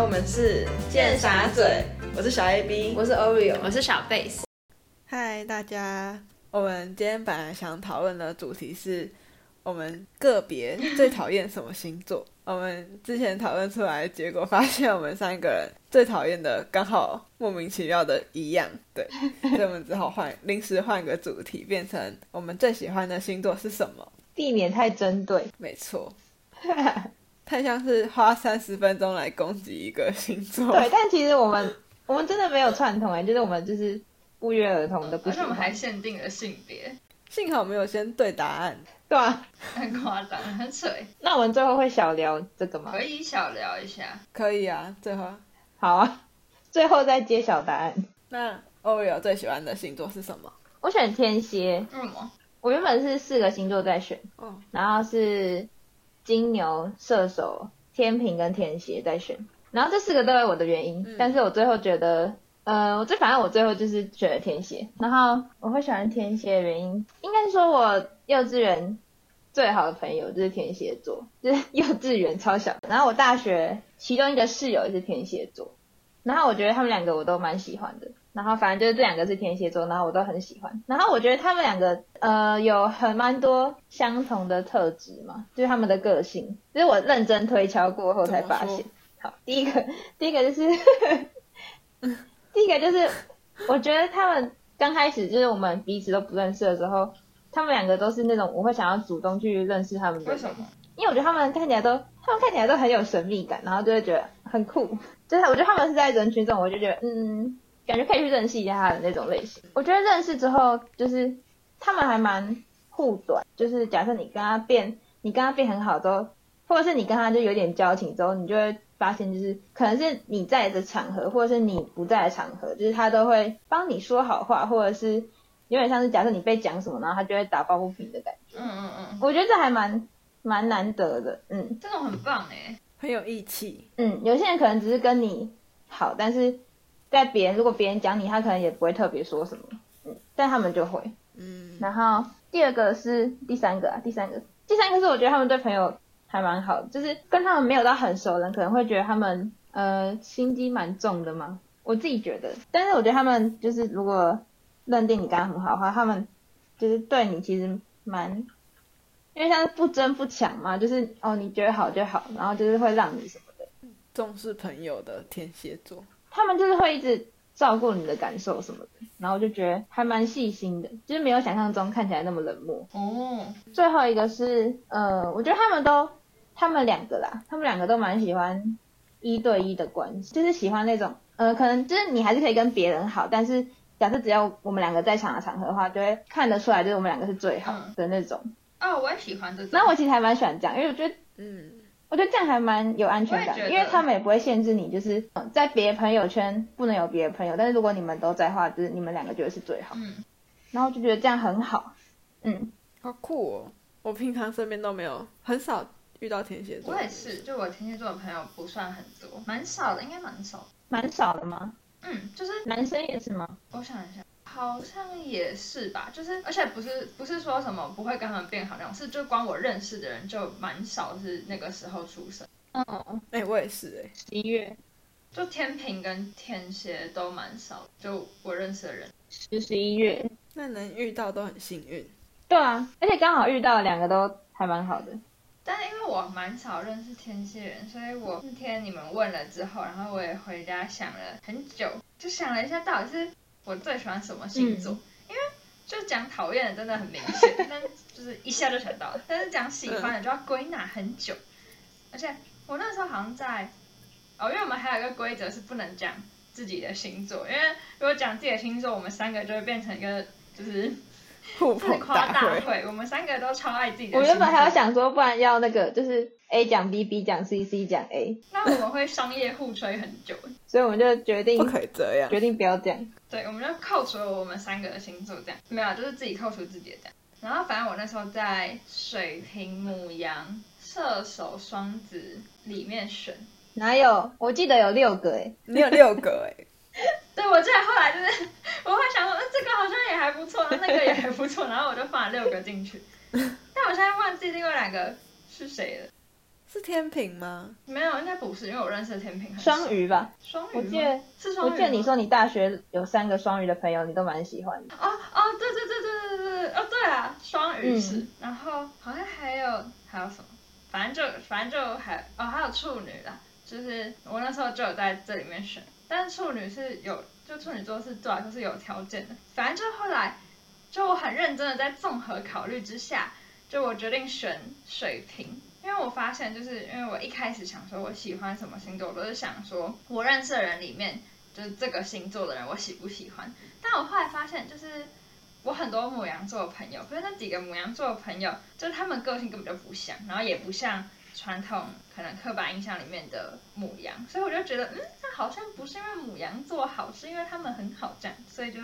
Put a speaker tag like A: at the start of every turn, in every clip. A: 我们是
B: 贱傻嘴，
A: 我是小 A B，
B: 我是 Oreo，
C: 我是小贝斯。
A: 嗨大家，我们今天本来想讨论的主题是我们个别最讨厌什么星座。 我们之前讨论出来，结果发现我们三个人最讨厌的刚好莫名其妙的一样，对， 所以我们只好换临时换个主题，变成我们最喜欢的星座是什么？
B: 避免太针 对。
A: 没错，太像是花三十分钟来攻击一个星座。
B: 对，但其实我们我们真的没有串通哎、就是我们就是不约而同的不
C: 而
B: 喜
C: 且我们还
B: 欢。
C: 限定了性别，
A: 幸好没有先对答案，
B: 对啊，
C: 很夸张，很扯。
B: 那我们最后会小聊这个吗
C: 可？以小聊一下，
A: 可以啊。最后，
B: 好啊，最后再揭晓答案。
A: 那 Oreo 最喜欢的星座是什么？
B: 我选天蝎，
C: 为什么？
B: 我原本是四个星座在选，
A: 哦，
B: 然后是金牛、射手、天平跟天蝎在选，然后这四个都有我的原因，
A: 嗯
B: 但是我最后觉得，呃，我最反正我最后就是选了天蝎，然后我会喜欢天蝎的原因，应该是说我幼稚园最好的朋友就是天蝎座， 就是幼稚园超小的，然后我大学其中一个室友也是天蝎座，然后我觉得他们两个我都蛮喜欢的。然后反正就是这两个是天蝎座，然后我都很喜欢。然后我觉得他们两个呃有很蛮多相同的特质嘛，就是他们的个性。就是我认真推敲过后才发
A: 怎么
B: 现
A: 说，
B: 好，第一个第一个就是 第一个就是我觉得他们刚开始就是我们彼此都不认识的时候，他们两个都是那种我会想要主动去认识他们的
C: 为
B: 人。
C: 什么？
B: 因为我觉得他们看起来都，他们看起来都很有神秘感，然后就会觉得很酷。就是我觉得他们是在人群中，我就觉得嗯，感觉可以去认识一下他的那种类型。我觉得认识之后，就是他们还蛮护短，就是假设你跟他变，你跟他变很好之后，或者是你跟他就有点交情之后，你就会发现，就是可能是你在的场合，或者是你不在的场合，就是他都会帮你说好话，或者是有点像是假设你被讲什么，然后他就会打抱不平的感觉。
C: 嗯嗯嗯，
B: 我觉得这还蛮蛮难得的，嗯
C: 这种很棒哎，
A: 很有义气。
B: 嗯，有些人可能只是跟你好，但是在别人如果别人讲你，他可能也不会特别说什么，嗯，但他们就会。
A: 嗯，
B: 然后第二个是第三个啊，第三个，第三个是我觉得他们对朋友还蛮好的，就是跟他们没有到很熟的人，可能会觉得他们呃心机蛮重的嘛，我自己觉得。但是我觉得他们就是如果呃认定你跟他很好的话，他们就是对你其实蛮，因为像是不争不抢嘛，就是哦你觉得好就好，然后就是会让你什么的，
A: 重视朋友的天蝎座，
B: 他们就是会一直照顾你的感受什么的，然后我就觉得还蛮细心的，就是没有想象中看起来那么冷漠。
C: 哦，
B: 最后一个是，呃，我觉得他们都，他们两个啦，他们两个都蛮喜欢一对一的关系，就是喜欢那种，呃，可能就是你还是可以跟别人好，但是假设只要我们两个在场的场合的话，就会看得出来，就是我们两个是最好
C: 嗯
B: 的那种。
C: 啊，我也喜欢这种。
B: 那我其实还蛮喜欢这样，因为我觉得。
A: 嗯，
B: 我觉得这样还蛮有安全感
C: 我也觉
B: 的，
C: 得
B: 因为他们也不会限制你，就是嗯在别的朋友圈不能有别的朋友，但是如果你们都在的话，就是你们两个觉得是最好，
C: 嗯，
B: 然后就觉得这样很好，嗯，
A: 好酷哦！我平常身边都没有，很少遇到天蝎座。
C: 我也是，就我天蝎座的朋友不算很多，蛮少的，应该蛮少的。
B: 蛮少的吗？
C: 嗯，就是
B: 男生也是吗？
C: 我想一下，好像也是吧，就是而且不是不是说什么不会跟他们变好那种，是就光我认识的人就蛮少是那个时候出生，
B: 嗯，
A: 哎、我也是哎、
B: 十一月。
C: 就天平跟天蝎都蛮少的，就我认识的人。
B: 十十一月。
A: 那能遇到都很幸运。
B: 对啊，而且刚好遇到两个都还蛮好的。
C: 但因为我蛮少认识天蝎人，所以我那天你们问了之后，然后我也回家想了很久，就想了一下到底是我最喜欢什么星
B: 嗯
C: 座，因为就讲讨厌的真的很明显，但就是一下就想到了，但是讲喜
B: 嗯
C: 欢的就要归纳很久，而且我那时候好像在哦，因为我们还有一个规则是不能讲自己的星座，因为如果讲自己的星座，我们三个就会变成一个 就是
A: 互
C: 自
A: 捧
C: 夸大
A: 会，
C: 会，我们三个都超爱自己的星座。
B: 我原本还要想说，不然要那个就是 A 讲 B，B 讲 C，C 讲 A，
C: 那我们会商业互吹很久，
B: 所以我们就决定
A: 不可以这样。
B: 决定不要这样。
C: 对，我们就扣除了我们三个的星座这样，没有，就是自己扣除自己的这样。然后反正我那时候在水瓶、母羊、射手、双子里面选，
B: 哪有？我记得有六个欸诶、
A: 你有六个哎、
C: 对我记得后来就是我会想说，呃这个好像也还不错，那个也还不 错，然后我就放了六个进去。但我现在忘记另外两个是谁了。
A: 是天平吗？
C: 没有，应该不是，因为我认识的天平很少
B: 双，鱼吧，
C: 双鱼
B: 我
C: 吗，
B: 记得
C: 是双
B: 我
C: 鱼吗。
B: 记得你说你大学有三个双鱼的朋友，你都蛮喜欢的。
C: 哦哦，对对对对对对对，哦对啊，双鱼是，
B: 嗯
C: 然后好像还有还有什么，反正就反正就还哦还有处女啦，就是我那时候就有在这里面选，但处女是有就处女座是对我来说是有条件的，反正就后来就我很认真的在综合考虑之下，就我决定选水瓶。因为我发现，就是因为我一开始想说我喜欢什么星座，我都是想说我认识的人里面，就是这个星座的人我喜不喜欢。但我后来发现，就是我很多母羊座的朋友，可是那几个母羊座的朋友，就是他们个性根本就不像，然后也不像传统可能刻板印象里面的母羊，所以我就觉得，嗯，那好像不是因为母羊座好，是因为他们很好这样，所以就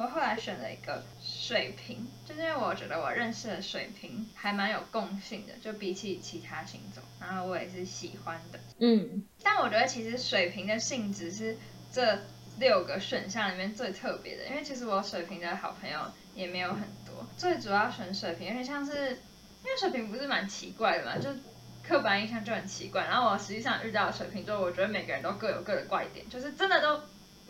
C: 我后来选了一个水瓶，就是因为我觉得我认识的水瓶还蛮有共性的，就比起其他星座，然后我也是喜欢的。
B: 嗯，
C: 但我觉得其实水瓶的性质是这六个选项里面最特别的，因为其实我水瓶的好朋友也没有很多，最主要选水瓶有点像是，因为水瓶不是蛮奇怪的嘛，就刻板印象就很奇怪。然后我实际上遇到的水瓶座，我觉得每个人都各有各的怪点，就是真的都。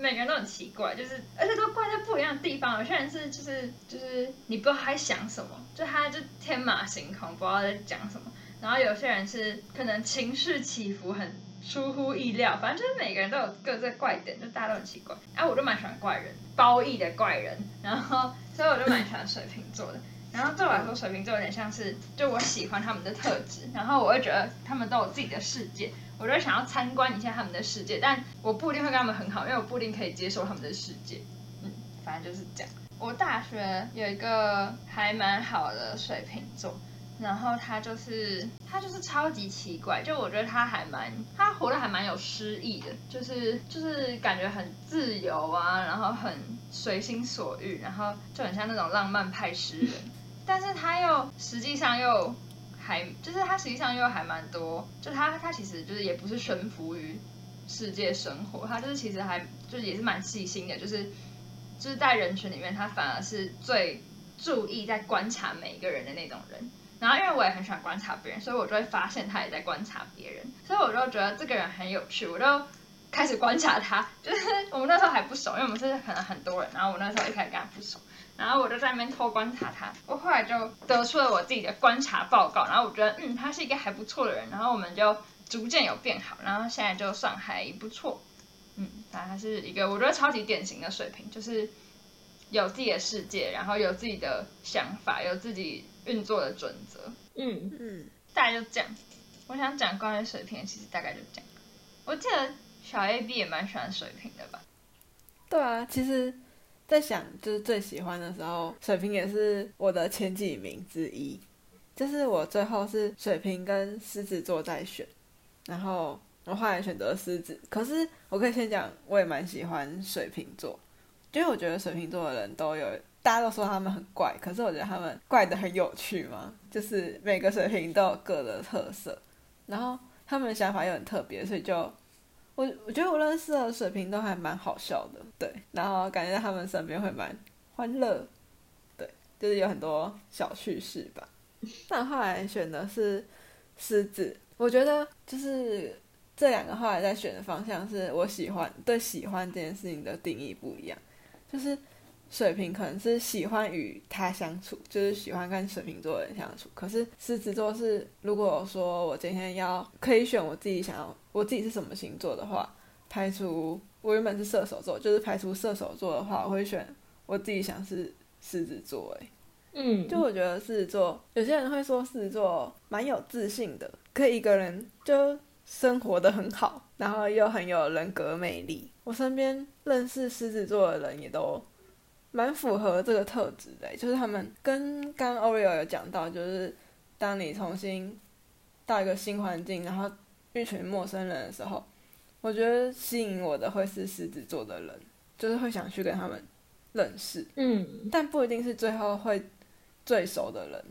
C: 每个人都很奇怪，就是而且都怪在不一样的地方。有些人是就是就是你不知道他在想什么，就他就天马行空，不知道在讲什么。然后有些人是可能情绪起伏很出乎意料，反正就是每个人都有各自的怪点，就大家都很奇怪。哎、我就蛮喜欢怪人，褒义的怪人，然后所以我就蛮喜欢水瓶座的。 然后对我来说，水瓶座有点像是，就我喜欢他们的特质，然后我会觉得他们都有自己的世界，我就会想要参观一下他们的世界，但我不一定会跟他们很好，因为我不一定可以接受他们的世界。嗯，反正就是这样。我大学有一个还蛮好的水瓶座，然后他就是他就是超级奇怪，就我觉得他还蛮他活得还蛮有诗意的，就是就是感觉很自由啊，然后很随心所欲，然后就很像那种浪漫派诗人，但是他又实际上又还就是他实际上又还蛮多，就他他其实就是也不是悬浮于世界生活，他就是其实还就是也是蛮细心的，就是就是在人群里面，他反而是最注意在观察每一个人的那种人。然后因为我也很喜欢观察别人，所以我就会发现他也在观察别人，所以我就觉得这个人很有趣，我就开始观察他。就是 我们那时候还不熟，因为我们是可能很多人，然后我那时候一开始跟他不熟，然后我就在那边偷观察他。我后来就得出了我自己的观察报告，然后我觉得嗯，他是一个还不错的人，然后我们就逐渐有变好，然后现在就算还不错。嗯，反正他是一个我觉得超级典型的水平，就是有自己的世界，然后有自己的想法，有自己运作的准则。
B: 嗯，
A: 嗯，
C: 大概就这样。我想讲关于水瓶，其实大概就这样。我记得小 A B 也蛮喜欢水瓶的吧？
A: 对啊，其实，在想就是最喜欢的时候，水瓶也是我的前几名之一。就是我最后是水瓶跟狮子座在选，然后我后来选择狮子。可是我可以先讲，我也蛮喜欢水瓶座，因为我觉得水瓶座的人都有，大家都说他们很怪，可是我觉得他们怪的很有趣嘛，就是每个水瓶都有各的特色，然后他们的想法又很特别，所以就我我觉得我认识的水瓶都还蛮好笑的，对，然后感觉在他们身边会蛮欢乐，对，就是有很多小趣事吧。但后来选的是狮子，我觉得就是这两个后来在选的方向是我喜欢对喜欢这件事情的定义不一样，就是水瓶可能是喜欢与他相处，就是喜欢跟水瓶座的人相处。可是狮子座是，如果说我今天要可以选我自己想要我自己是什么星座的话，排除我原本是射手座，就是排除射手座的话，我会选我自己想是狮子座。哎，
B: 嗯，
A: 就我觉得狮子座，有些人会说狮子座蛮有自信的，可以一个人就生活的很好，然后又很有人格魅力。我身边认识狮子座的人也都蛮符合这个特质的，欸就是他们跟刚 Oreo 有讲到，就是当你重新到一个新环境，然后一群陌生人的时候，我觉得吸引我的会是狮子座的人，就是会想去跟他们认识。
B: 嗯，
A: 但不一定是最后会最熟的人，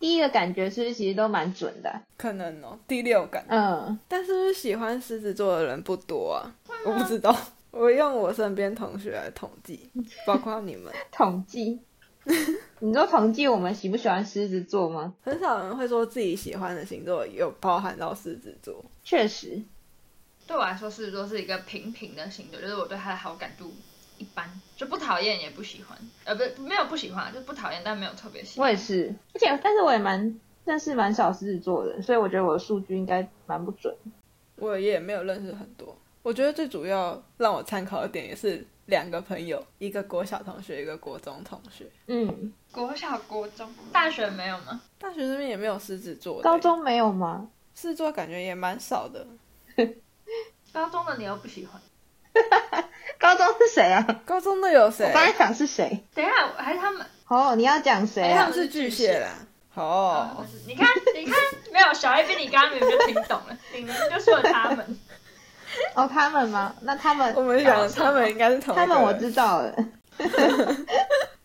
B: 第一个感觉是不是其实都蛮准的？
A: 可能哦，第六感。
B: 嗯，
A: 但是不是喜欢狮子座的人不多啊， 我不知道。我用我身边同学来统计，包括你们。
B: 统计，你说统计我们喜不喜欢狮子座吗？
A: 很少人会说自己喜欢的星座有包含到狮子座。
B: 确实，
C: 对我来说，狮子座是一个平平的星座，就是我对他的好感度一般，就不讨厌也不喜欢，呃，不没有不喜欢，就不讨厌，但没有特别喜
B: 我
C: 欢。
B: 也是，而且但是我也蛮认识蛮少狮子座的，所以我觉得我的数据应该蛮不准。
A: 我也没有认识很多。我觉得最主要让我参考的点也是两个朋友，一个国小同学，一个国中同学。
B: 嗯，
C: 国小、国中、大学没有吗？
A: 大学这边也没有狮子座的，欸
B: 高中没有吗？
A: 狮子座感觉也蛮少的。
C: 高中的你又不喜欢？
B: 高中是谁啊？
A: 高中的有
B: 我
A: 谁？
B: 刚才想是谁？
C: 等一下，还是他们？
B: 哦，你要讲谁
A: 他
B: 啊
A: 们？是巨蟹啦。哦，
C: 你看，你看，没有小 A 比你刚刚明明就听懂了，你明明就说了他们。
B: 哦，他们吗？那他们哦
A: 我，们想他们应该是同一个
B: 他
A: 人。
B: 们我知道了。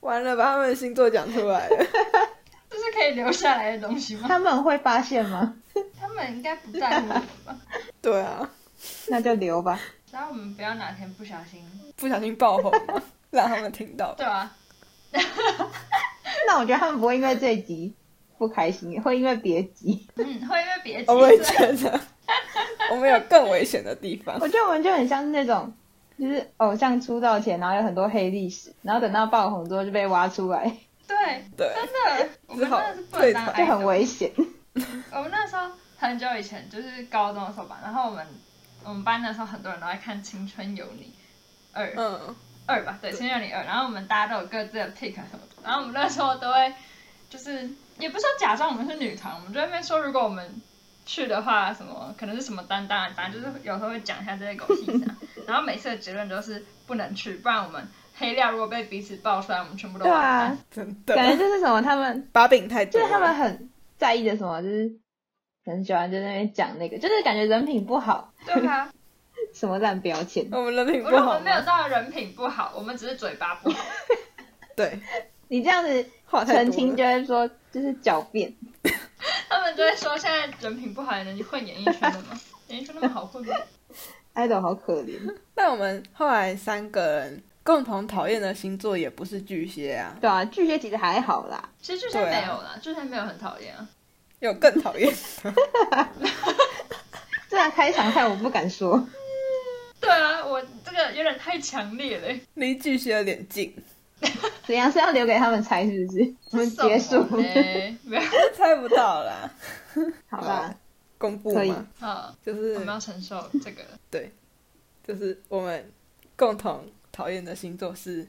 A: 完了，把他们的星座讲出来了。
C: 这是可以留下来的东西吗？
B: 他们会发现吗？
C: 他们应该不在乎我们吧？
A: 对啊，
B: 那就留吧。
C: 然后我们不要哪天不小心，
A: 不小心爆红了，让他们听 到。
C: 对啊，
B: 那我觉得他们不会因为这一集不开心，会因为别集。
C: 嗯，会因为别急，
A: 哦我也
C: 所以
A: 觉得， 我们有更危险的地方
B: 我。觉得我们就很像是那种，就是偶像出道前，然后有很多黑历史，然后等到爆红之后就被挖出来，
C: 对，
A: 对，
C: 真的， 我们真的是不能
A: 最
C: 当
A: 惨
B: 就
C: 爱
B: 很危险。
C: 我们那时候很久以前，就是高中的时候吧，然后我们我们班那时候很多人都在看《青春有你二》
A: 嗯，
C: 二吧，对，《青春有你二》，然后我们大家都有各自的 pick 什么的，然后我们那时候都会就是也不是说假装我们是女团，我们就在那边说如果我们。去的话，什么可能是什么担当啊，反正就是有时候会讲一下这些狗屁啥，然后每次的结论都是不能去，不然我们黑料如果被彼此爆出来，我们全部都
B: 对
C: 完蛋
B: 啊，
A: 真
B: 感觉
A: 的，
B: 就是什么，他 们
A: 把柄太
B: 就
A: 多
B: 是
A: 了。
B: 他们很在意的什么，就是很喜欢在那边讲那个，就是感觉人品不好，
C: 对啊，
B: 什么烂标签。
A: 我们人品
C: 我
A: 不
C: 说我
A: 好
C: 们没有
A: 吗？
C: 到人品不好，我们只是嘴巴不好。
A: 对，
B: 你这样子
A: 话太多
B: 澄
A: 了
B: 清就会说就是狡辩，
C: 他们就会说现在人品不好的人会演艺圈的吗？演艺圈那么好混吗？
B: 爱豆哎好可怜。
A: 但我们后来三个人共同讨厌的星座也不是巨蟹啊，
B: 对啊，巨蟹其实还好啦，
C: 其实巨蟹
A: 对啊
C: 没有啦，巨蟹没有很讨厌啊。
A: 有更讨厌的。
B: 这样开场害我不敢说。
C: 对啊，我这个有点太强烈了。
A: 离巨蟹有点近，
B: 怎样是要留给他们猜是不是？我们结束。
C: 送我嘞没有
A: 猜不到啦。
B: 好啦，
A: 公布
B: 可以
A: 嘛，
C: 好，
A: 就是
C: 啊我们要承受这个。
A: 就是我们共同讨厌的星座是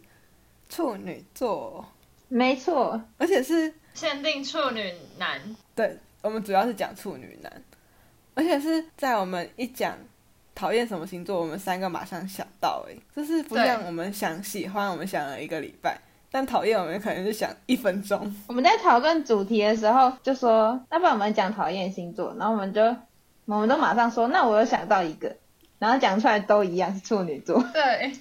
A: 处女座，
B: 没错，
A: 而且是
C: 限定处女男，
A: 对，我们主要是讲处女男，而且是在我们一讲讨厌什么星座，我们三个马上想到、欸，就是不
C: 对
A: 像我们想喜欢，我们想了一个礼拜，但讨厌我们可能就想一分钟。
B: 我们在讨论主题的时候就说，要不然我们讲讨厌星座，然后我们就我们都马上说，那我有想到一个，然后讲出来都一样是处女座。
C: 对，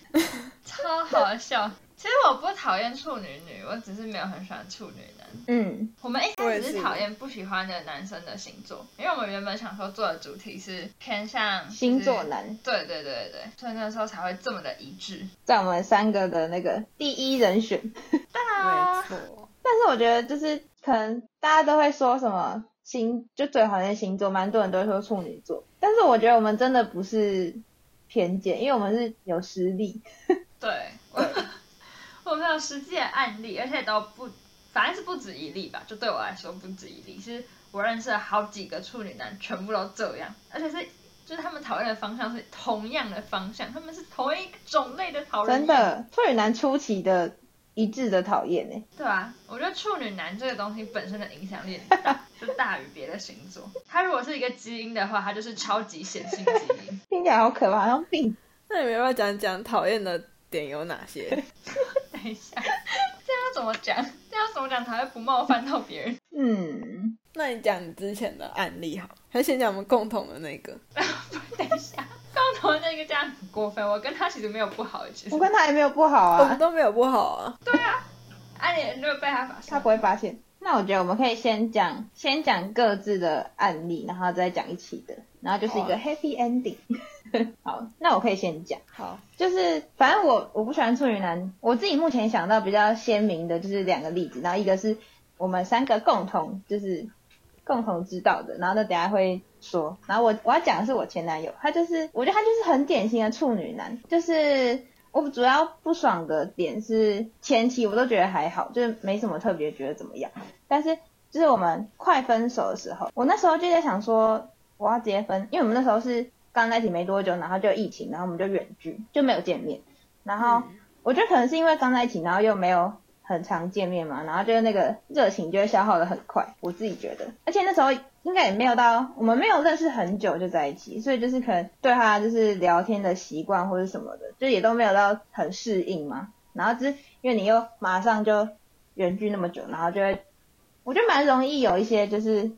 C: 超好笑。其实我不讨厌处女女，我只是没有很喜欢处女男。
B: 嗯，
C: 我们一
A: 我
C: 开
A: 也
C: 始
A: 是
C: 是讨厌不喜欢的男生的星座，因为我们原本想说做的主题是偏向就
B: 嗯
C: 是
B: 星座男
C: 对对对对，所以那时候才会这么的一致。
B: 在我们三个的那个第一人选，
A: 没
C: 啊，
A: 错，
B: 但是我觉得就是可能大家都会说什么星，就最讨厌星座，蛮多人都会说处女座，但是我觉得我们真的不是偏见，因为我们是有实力。
C: 对，我 我们有实际的案例，而且都不，反正是不止一例吧。就对我来说不止一例，是我认识了好几个处女男，全部都这样，而且是就是他们讨厌的方向是同样的方向，他们是同一种类的讨人
B: 真
C: 厌。
B: 的，处女男出奇的一致的讨厌欸呢。
C: 对啊，我觉得处女男这个东西本身的影响力很 大，就大于别的星座。他如果是一个基因的话，他就是超级显性基因。
B: 听起来好可怕，好像病。
A: 那你们要不要讲讲讨厌的点有哪 些？
C: 等一下，这样要怎么讲？这样要怎么讲才会不冒犯到别人？
B: 嗯，
A: 那你讲你之前的案例好了，还是先讲我们共同的那个？
C: 等一下，刚头那个这样很过分，我跟他其实没有不好，其实
B: 我。跟他也没有不好
A: 我们
B: 啊，
A: 都没有不好啊，
C: 啊，你如果被他发
B: 他
C: 现，
B: 不会发现。那我觉得我们可以先讲先讲各自的案例，然后再讲一起的，然后就是一个 happy ending。好， 那我可以先讲，
A: 好，
B: 就是反正我我不喜欢处女男，我自己目前想到比较鲜明的就是两个例子，然后一个是我们三个共同就是共同知道的，然后那等一下会说。然后我我要讲的是我前男友，他就是我觉得他就是很典型的处女男，就是我主要不爽的点是前期我都觉得还好，就是没什么特别觉得怎么样，但是就是我们快分手的时候，我那时候就在想说我要直接分，因为我们那时候是刚在一起没多久，然后就疫情，然后我们就远距，就没有见面，然后。我觉得可能是因为刚在一起，然后又没有很常见面嘛，然后就是那个热情就会消耗的很快，我自己觉得。而且那时候应该也没有到我们没有认识很久就在一起，所以就是可能对他就是聊天的习惯或者什么的，就也都没有到很适应嘛。然后只是因为你又马上就远距那么久，然后就会，我觉得蛮容易有一些就是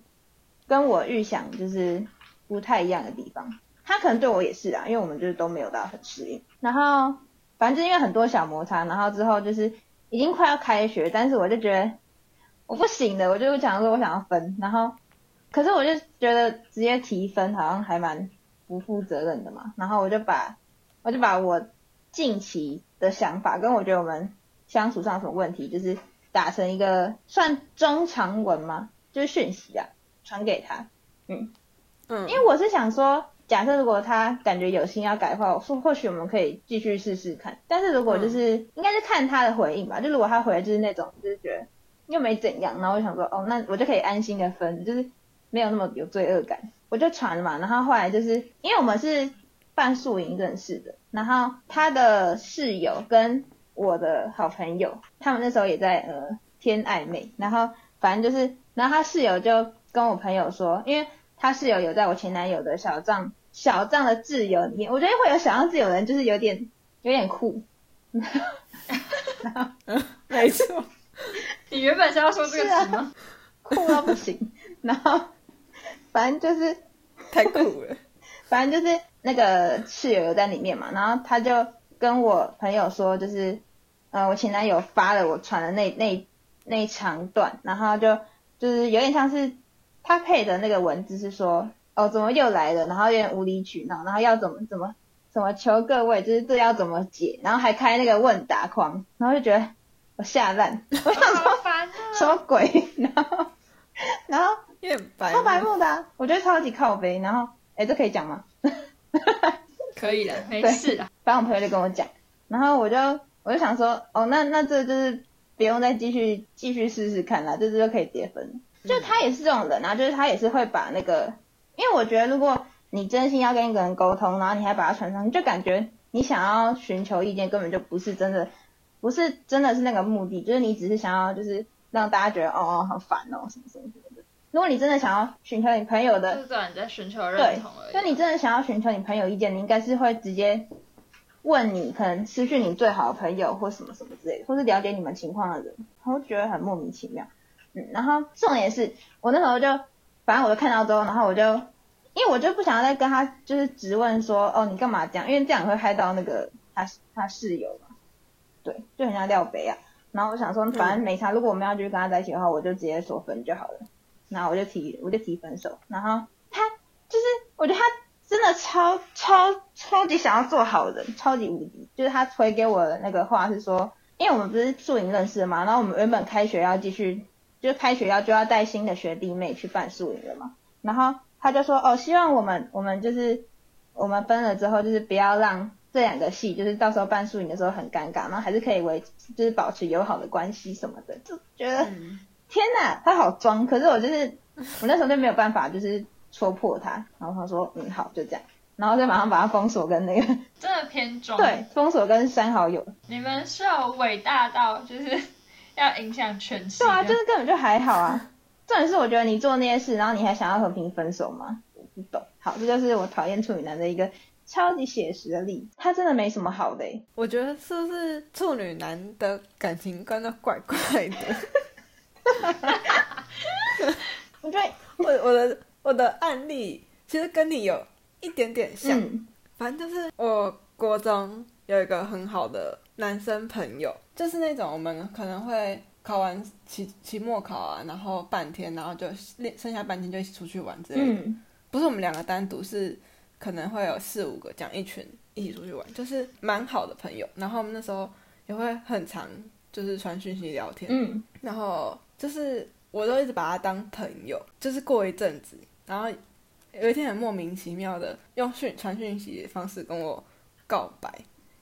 B: 跟我预想就是不太一样的地方。他可能对我也是啊，因为我们就是都没有到很适应。然后反正就是因为很多小摩擦，然后之后就是已经快要开学，但是我就觉得我不行了，我就想说我想要分，然后可是我就觉得直接提分好像还蛮不负责任的嘛，然后我就把我就把我近期的想法跟我觉得我们相处上有什么问题，就是打成一个算中长文嘛，就是讯息啊，传给他，
A: 嗯，
B: 因为我是想说，假设如果他感觉有心要改的话，我说或许我们可以继续试试看。但是如果就是、应该是看他的回应吧，就如果他回来就是那种就是觉得又没怎样，然后我就想说哦，那我就可以安心的分，就是没有那么有罪恶感，我就传了嘛。然后后来就是因为我们是办宿营认识的，然后他的室友跟我的好朋友，他们那时候也在呃天暧昧，然后反正就是，然后他室友就跟我朋友说，因为他室友有在我前男友的小账小账的挚友里面，我觉得会有小账挚友的人就是有点有点酷，
A: 没错，
C: 你原本是要说这个词吗？
B: 酷到不行，然后反正就是
A: 太酷了。
B: 反正就是那个室友有在里面嘛，然后他就跟我朋友说，就是呃，我前男友发了我传的那那那一长段，然后就就是有点像是他配的那个文字是说，哦，怎么又来了，然后有点无理取闹，然后要怎么怎么怎么求各位，就是这要怎么解，然后还开那个问答框，然后就觉得我吓烂，我想说
C: 好烦啊！
B: 什么鬼， 然后然后
A: 有点白目，
B: 超白目的、啊，我觉得超级靠背，然后哎，这可以讲吗？
C: 可以的，没
B: 对
C: 事的。
B: 反正我朋友就跟我讲，然后我就我就想说，哦，那那这就是不用再继续继续试试看啦，这就可以结分了。就
A: 嗯
B: 他也是这种人啊，就是他也是会把那个，因为我觉得如果你真心要跟一个人沟通，然后你还把他传上去，就感觉你想要寻求意见，根本就不是真的，不是真的是那个目的，就是你只是想要就是让大家觉得哦哦好烦哦什么什么什么的。如果你真的想要寻求你朋友的
C: 就是这样你在寻求认同而已。
B: 就
C: 啊
B: 你真的想要寻求你朋友意见，你应该是会直接问你可能失去你最好的朋友或什么什么之类的，或是了解你们情况的人，我就觉得很莫名其妙。嗯，然后重点是我那时候就，反正我就看到之后，然后我就，因为我就不想要再跟他就是质问说，哦，你干嘛这样？因为这样会害到那个他他室友嘛，对，就很像廖北啊。然后我想说，反正没差，如果我们要继续跟他在一起的话，我就直接说分就好了。然后我就提，我就提分手。然后他就是，我觉得他真的超超超级想要做好人，超级无敌。就是他回给我的那个话是说，因为我们不是宿营认识的嘛，然后我们原本开学要继续，就是开学要就要带新的学弟妹去办宿营了嘛。然后他就说，哦，希望我们我们就是我们分了之后，就是不要让这两个系，就是到时候办宿营的时候很尴尬，然后还是可以维，就是保持友好的关系什么的，就觉得、天哪，他好装。可是我就是我那时候就没有办法，就是戳破他，然后他说嗯好就这样，然后就马上把他封锁跟那个
C: 真的偏重。啊
B: 对封锁跟删好友，
C: 你们是有伟大到就是要影响全世界。
B: 对啊，就是根本就还好啊。 重点是我觉得你做那些事，然后你还想要和平分手吗？我不懂。好，这就是我讨厌处女男的一个超级写实的例子，他真的没什么好的、欸。
A: 我觉得是不是处女男的感情观都怪怪的？
B: 我觉得
A: 我我的我的案例其实跟你有一点点像，
B: 嗯
A: 反正就是我国中有一个很好的男生朋友，就是那种我们可能会考完期期末考啊，然后半天，然后就剩剩下半天就一起出去玩之类的。
B: 嗯，
A: 不是我们两个单独，是可能会有四五个这样一群一起出去玩，就是蛮好的朋友。然后我们那时候也会很常就是传讯息聊天，
B: 嗯，
A: 然后就是我都一直把他当朋友，就是过一阵子，然后有一天很莫名其妙的用讯传讯息的方式跟我告白，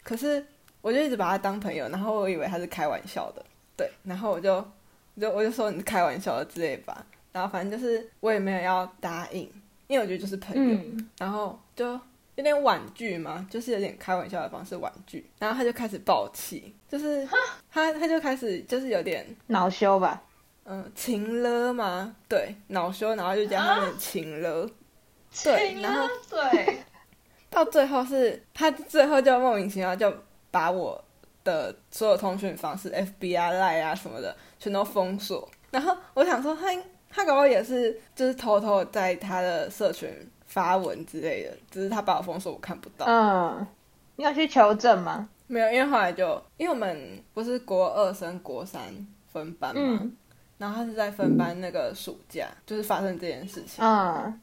A: 可是我就一直把他当朋友，然后我以为他是开玩笑的，对，然后我就我就我就说你是开玩笑的之类吧，然后反正就是我也没有要答应，因为我觉得就是朋友，
B: 嗯，
A: 然后就有点婉拒嘛，就是有点开玩笑的方式婉拒，然后他就开始爆气，就是他他就开始就是有点
B: 恼羞吧，
A: 嗯、情了嘛，对，恼羞，然后就加上点情了，对
C: 亲
A: 然后
C: 啊 对，
A: 啊到最后是他最后就莫名其妙就把我的所有通讯方式，FB 啊、Line 啊什么的全都封锁，然后我想说他应他搞不好也是就是偷偷在他的社群发文之类的，只是他把我封锁，我看不到。
B: 嗯，你有去求证吗？
A: 没有，因为后来就因为我们不是国二升国三分班嘛，
B: 嗯
A: 然后他是在分班那个暑假，就是发生这件事情。
B: 嗯，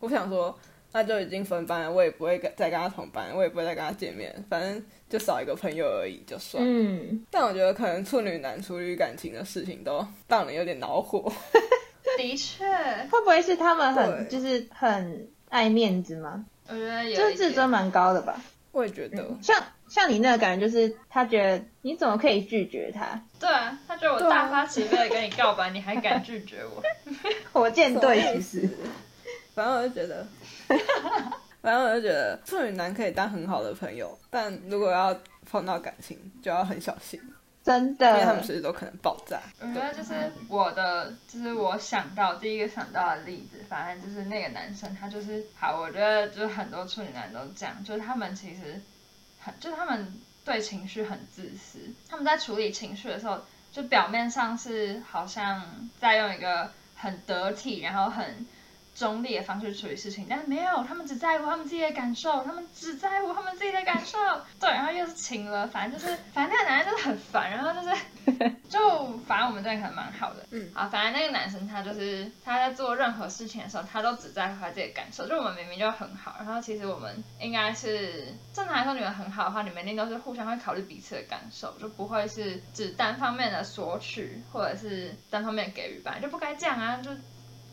A: 我想说，那就已经分班了，我也不会跟再跟他同班，我也不会再跟他见面，反正就少一个朋友而已，就算。
B: 嗯，
A: 但我觉得可能处女男处理感情的事情都让人有点恼火。
C: 的确，
B: 会不会是他们
A: 对
B: 很就是很爱面子吗？
C: 我觉得有
B: 就是
C: 一
B: 自
C: 点
B: 尊蛮高的吧。
A: 我也觉得，
B: 像像你那个感觉，就是他觉得你怎么可以拒绝他？
C: 对啊，他觉得我
A: 对啊
C: 大发慈悲的跟你告白，你还敢拒绝我？
B: 火箭队其实，
A: 反正我就觉得，反正我就觉得处女男可以当很好的朋友，但如果要碰到感情，就要很小心，
B: 真
A: 因为他们
B: 的，
A: 随时都可能爆炸。
C: 我觉得嗯就是我的，就是我想到第一个想到的例子，反正就是那个男生，他就是好，我觉得就是很多处女男都这样，就是他们其实很，就是他们对情绪很自私，他们在处理情绪的时候，就表面上是好像在用一个很得体，然后很中立的方式处理事情，但是没有，他们只在乎他们自己的感受，他们只在乎他们自己的感受，对，然后又是情了，反正就是，反正那个男人就是很烦，然后就是。就反正我们这里可能蛮好的，
A: 嗯
C: 啊，反正那个男生他就是他在做任何事情的时候，他都只在乎他自己的感受。就我们明明就很好，然后其实我们应该是正常来说，你们很好的话，你们一定都是互相会考虑彼此的感受，就不会是只单方面的索取或者是单方面给予吧，就不该这样啊，就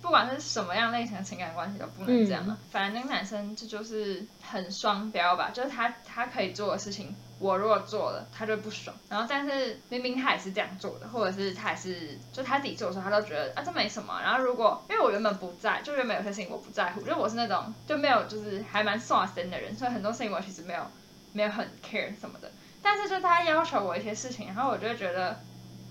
C: 不管是什么样类型的情感关系都不能这样啊。反正那个男生这就是很双标吧，就是他他可以做的事情，我如果做了他就不爽，然后但是明明他也是这样做的，或者是他也是就他自己做的时候，他都觉得啊这没什么啊。然后如果因为我原本不在，就原本有些事情我不在乎，就我是那种就没有就是还蛮耍身的人，所以很多事情我其实没有没有很 care 什么的。但是就他要求我一些事情，然后我就会觉得，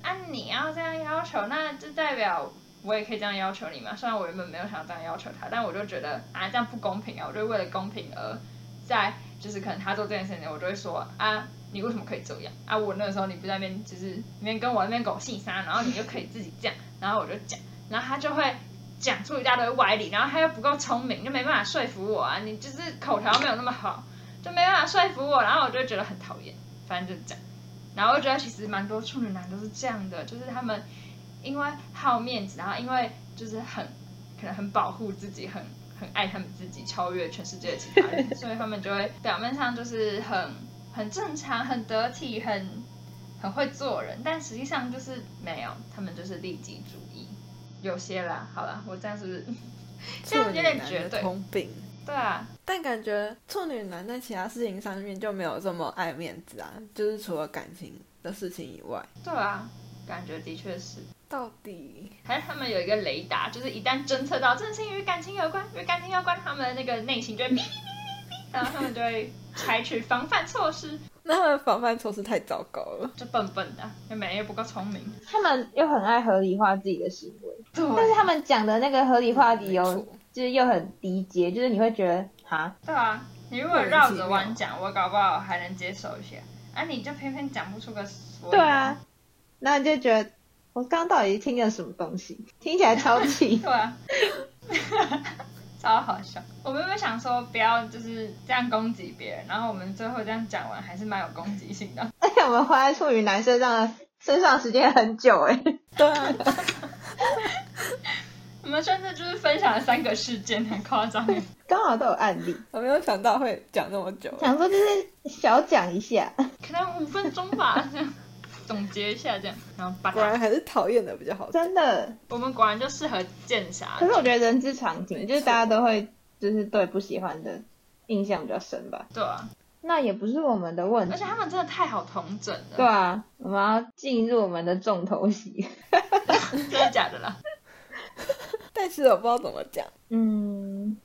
C: 啊你要这样要求，那就代表我也可以这样要求你嘛。虽然我原本没有想要这样要求他，但我就觉得啊，这样不公平啊！我就为了公平而在就是可能他做这件事情，我就会说啊，你为什么可以这样啊？我那个时候你不在那边就是那边跟我那边狗戏杀，然后你就可以自己这样，然后我就讲，然后他就会。讲出一大堆歪理，然后他又不够聪明，就没办法说服我啊！你就是口条没有那么好，就没办法说服我，然后我就觉得很讨厌，反正就是这样。然后我觉得其实蛮多处女男都是这样的，就是他们因为好面子，然后因为就是很可能很保护自己，很很爱他们自己，超越全世界的其他人，所以他们就会表面上就是很很正常、很得体、很很会做人，但实际上就是没有，他们就是利己主义。有些啦，好啦，我这样是不是？
A: 处
C: 这样有
A: 女
C: 点
A: 男
C: 绝
A: 的
C: 对
A: 通病。
C: 对啊，
A: 但感觉处女男在其他事情上面就没有这么爱面子啊，就是除了感情的事情以外，
C: 对啊，感觉的确是。
A: 到底
C: 还是他们有一个雷达，就是一旦侦测到真心与感情有关，与感情有关，他们的那个内心就会哔哔哔哔哔，然后他们就会 采取防范措施，
A: 那他们防范措施太糟糕了。
C: 就笨笨的，又没又不够聪明。
B: 他们又很爱合理化自己的行为，
C: 对，
B: 但是他们讲的那个合理化理
A: 没
B: 由
A: 错，
B: 就是又很低阶，就是你会觉得哈，
C: 对啊，你如果绕着弯讲，我搞不好还能接受一些，啊，你就偏偏讲不出个所以
B: 对啊，那你就觉得我刚到底听了什么东西，听起来超 气，
C: 对啊， 超好笑。我们有没有想说不要就是这样攻击别人，然后我们最后这样讲完还是蛮有攻击性的。
B: 而且我们花在处女男身上的身上时间很久哎、
A: 对啊，
C: 我们甚至就是分享了三个事件，很夸张。
B: 刚好都有案例，
A: 我没有想到会讲那么久。
B: 想说就是小讲一下，
C: 可能五分钟吧，这样总结一下这样，然后把
A: 果然还是讨厌的比较好。
B: 真的。
C: 我们果然就适合剑侠
B: 可。是我觉得人之常情，就是
A: 错
B: 大家都会就是对不喜欢的印象比较深吧。
C: 对啊，
B: 那也不是我们的问
C: 而
B: 题
C: 且，他们真的太好同整了，
B: 对啊，我们要进入我们的重头戏。
C: 真的假的啦？
A: 但是我不知道怎么讲。
B: 嗯，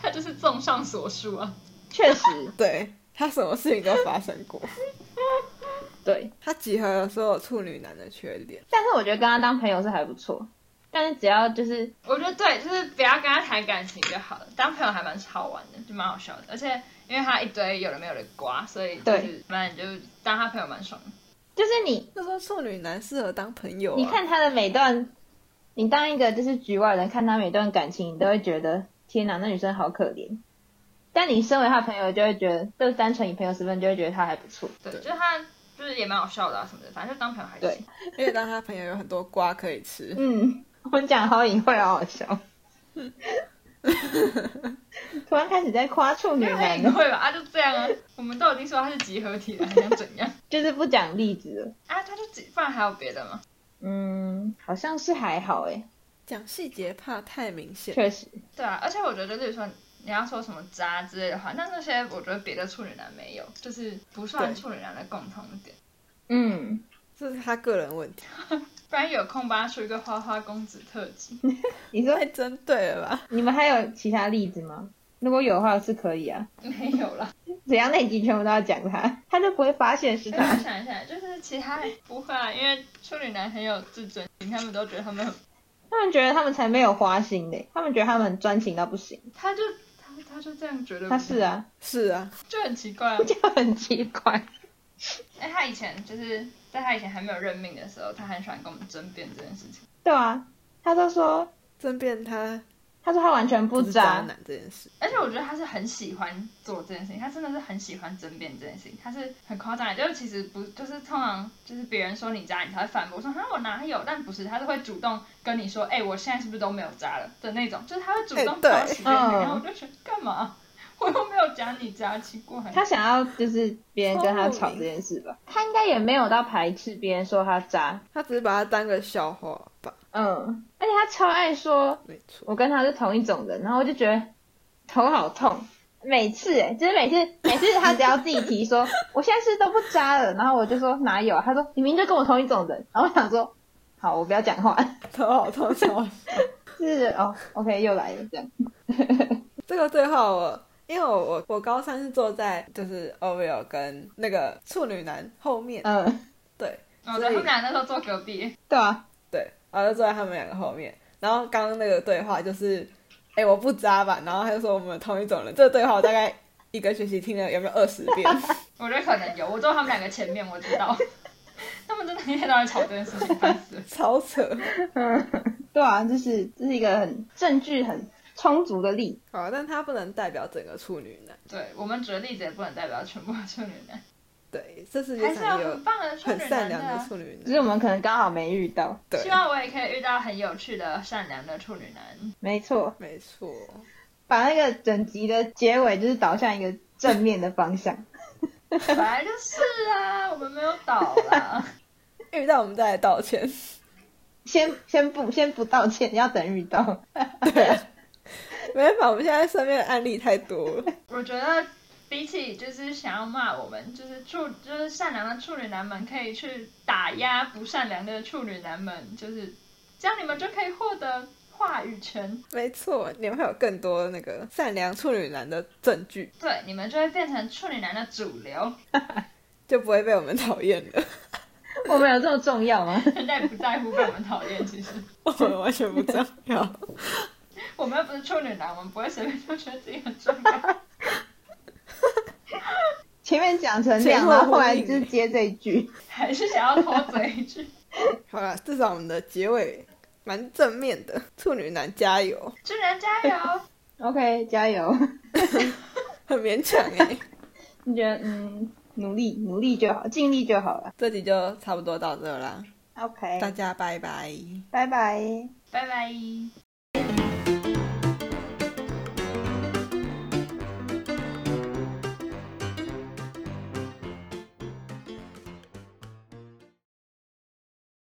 C: 他就是综上所述啊。
B: 确实，
A: 对他什么事情都发生过，
B: 对。
A: 他集合了所有处女男的缺点。
B: 但是我觉得跟他当朋友是还不错，但是只要就是
C: 我觉得对，就是不要跟他谈感情就好了，当朋友还蛮好玩的，就蛮好笑的。而且因为他一堆有的没有的瓜，所以就是
B: 对
C: 反正你就当他朋友蛮爽的。
B: 就是你
A: 就说处女男适合当朋友、啊，
B: 你看他的每段，你当一个就是局外人看他每段感情，你都会觉得天哪，那女生好可怜。但你身为他的朋友，就会觉得，就是单纯以朋友身份，就会觉得他还不错。
C: 对，
A: 对
C: 就是他就是也蛮好笑的啊什么的，反正就当朋友还行
B: 对。
A: 因为当他朋友有很多瓜可以吃，
B: 嗯，我们讲好隐晦，好好笑。突然开始在夸处女
C: 因为他
B: 男哦
C: 隐
B: 了，
C: 晦吧，啊就这样啊。我们都已经说他是集合体了，还想怎样？
B: 就是不讲例子了。
C: 啊，他就集，不然还有别的吗？
B: 嗯，好像是还好欸诶，
A: 讲细节怕太明显。
B: 确实，
C: 对啊，而且我觉得，例如说你要说什么渣之类的话，那那些我觉得别的处女男没有，就是不算
A: 对
C: 处女男的共同点。
B: 嗯，
A: 这是他个人问题，
C: 不然有空帮他出一个花花公子特辑。
B: 你说
A: 太针对了吧？
B: 你们还有其他例子吗？如果有的话是可以啊，
C: 没有啦，
B: 怎样那集全部都要讲 他，他就不会发现是
C: 哎
B: 他。
C: 我想一下，就是其他人不会啊，因为处女男很有自尊心，他们都觉得他们很，
B: 他们觉得他们才没有花心嘞，他们觉得他们专情到不行。
C: 他就他他就这样觉得，
B: 他是，啊，
A: 是啊，
C: 就很奇怪啊。
B: 就很奇怪。
C: 哎、他以前就是在他以前还没有任命的时候，他很喜欢跟我们争辩这件事情。
B: 对啊，他都说，
A: 争辩他
B: 他说他完全不
A: 不是
B: 渣，
A: 渣男这件事，
C: 而且我觉得他是很喜欢做这件事情，他真的是很喜欢争辩这件事情，他是很夸张的，就是其实不就是通常就是别人说你渣，你才会反驳说哈我哪有，但不是，他是会主动跟你说，哎、我现在是不是都没有渣了的那种，就是他会主动
A: 哎对
C: 挑起跟你，
B: 嗯
C: 然后我就觉得干嘛，我又没有讲你渣，奇怪。
B: 他想要就是别人跟他吵这件事吧。他应该也没有到排斥别人说他渣，
A: 他只是把他当个笑话吧，
B: 嗯，而且他超爱说
A: 没错。
B: 我跟他是同一种人，然后我就觉得头好痛。每次、欸，就是每次，每次他只要自己提说，我现在是都不渣了，然后我就说哪有啊？他说你明明就跟我同一种人，然后我想说，好，我不要讲话，
A: 头好痛，头好痛。
B: 就是哦，OK，又来了这样，
A: 这个对话我，因为我我我高三是坐在就是 Oreo 跟那个处女男后面，
B: 嗯、
A: 对
C: 哦，对，他们俩那时候坐隔壁，
B: 对啊，
A: 对，然后就坐在他们两个后面。然后刚刚那个对话就是，哎，我不渣吧？然后他就说我们同一种人。这个对话我大概一个学期听了有没有二十遍？
C: 我觉得可能有，我坐他们两个前面，我知道， 他们真的很天到晚吵这件事情，烦死了。
A: 超扯。
B: 对啊，就是这是一个很证据很充足的例子，
A: 好，但他不能代表整个处女男。
C: 对我们举的例子也不能代表全部的处女男，
A: 对，这世
C: 还
A: 界
C: 是有
A: 上也有
C: 很棒的处
A: 很
C: 女男
A: 善
C: 的
A: 良的
C: 啊。
A: 处女
B: 只
A: 男。
B: 是我们可能刚好没遇到，
A: 对
C: 希，望我也可以遇到很有趣的、善良的处女 男。
B: 没错，
A: 没错。
B: 把那个整集的结尾就是导向一个正面的方向，
C: 本来就是啊，我们没有倒啦。
A: 遇到我们再来道歉。
B: 先先不先不道歉，要等遇到。
A: 对啊，没办法，我们现在身边的案例太多了。
C: 我觉得比起就是想要骂我们，就是处就是善良的处女男们可以去打压不善良的处女男们，就是这样你们就可以获得话语权。
A: 没错，你们会有更多那个善良处女男的证据，
C: 对，你们就会变成处女男的主流，
A: 就不会被我们讨厌了。
B: 我们有这么重要吗？
C: 人家也不在乎被我们讨厌。其实
A: 我们完全不重 要。
C: 我们又不是处女男，我们不会随便就觉得自己很重要。
B: 前面讲成这样，
A: 前后
B: 然
A: 呼应
B: 后后来就接这一句，
C: 还是想要多嘴一句，
A: 好了，至少我们的结尾蛮正面的，处女男加油，
C: 处女男加油！
B: OK，加油！
A: 很勉强哎、
B: 你觉得嗯，努力努力就好，尽力就好了。
A: 这集就差不多到这啦，大
B: OK，
A: 家拜拜。
B: 拜拜。
C: 拜拜。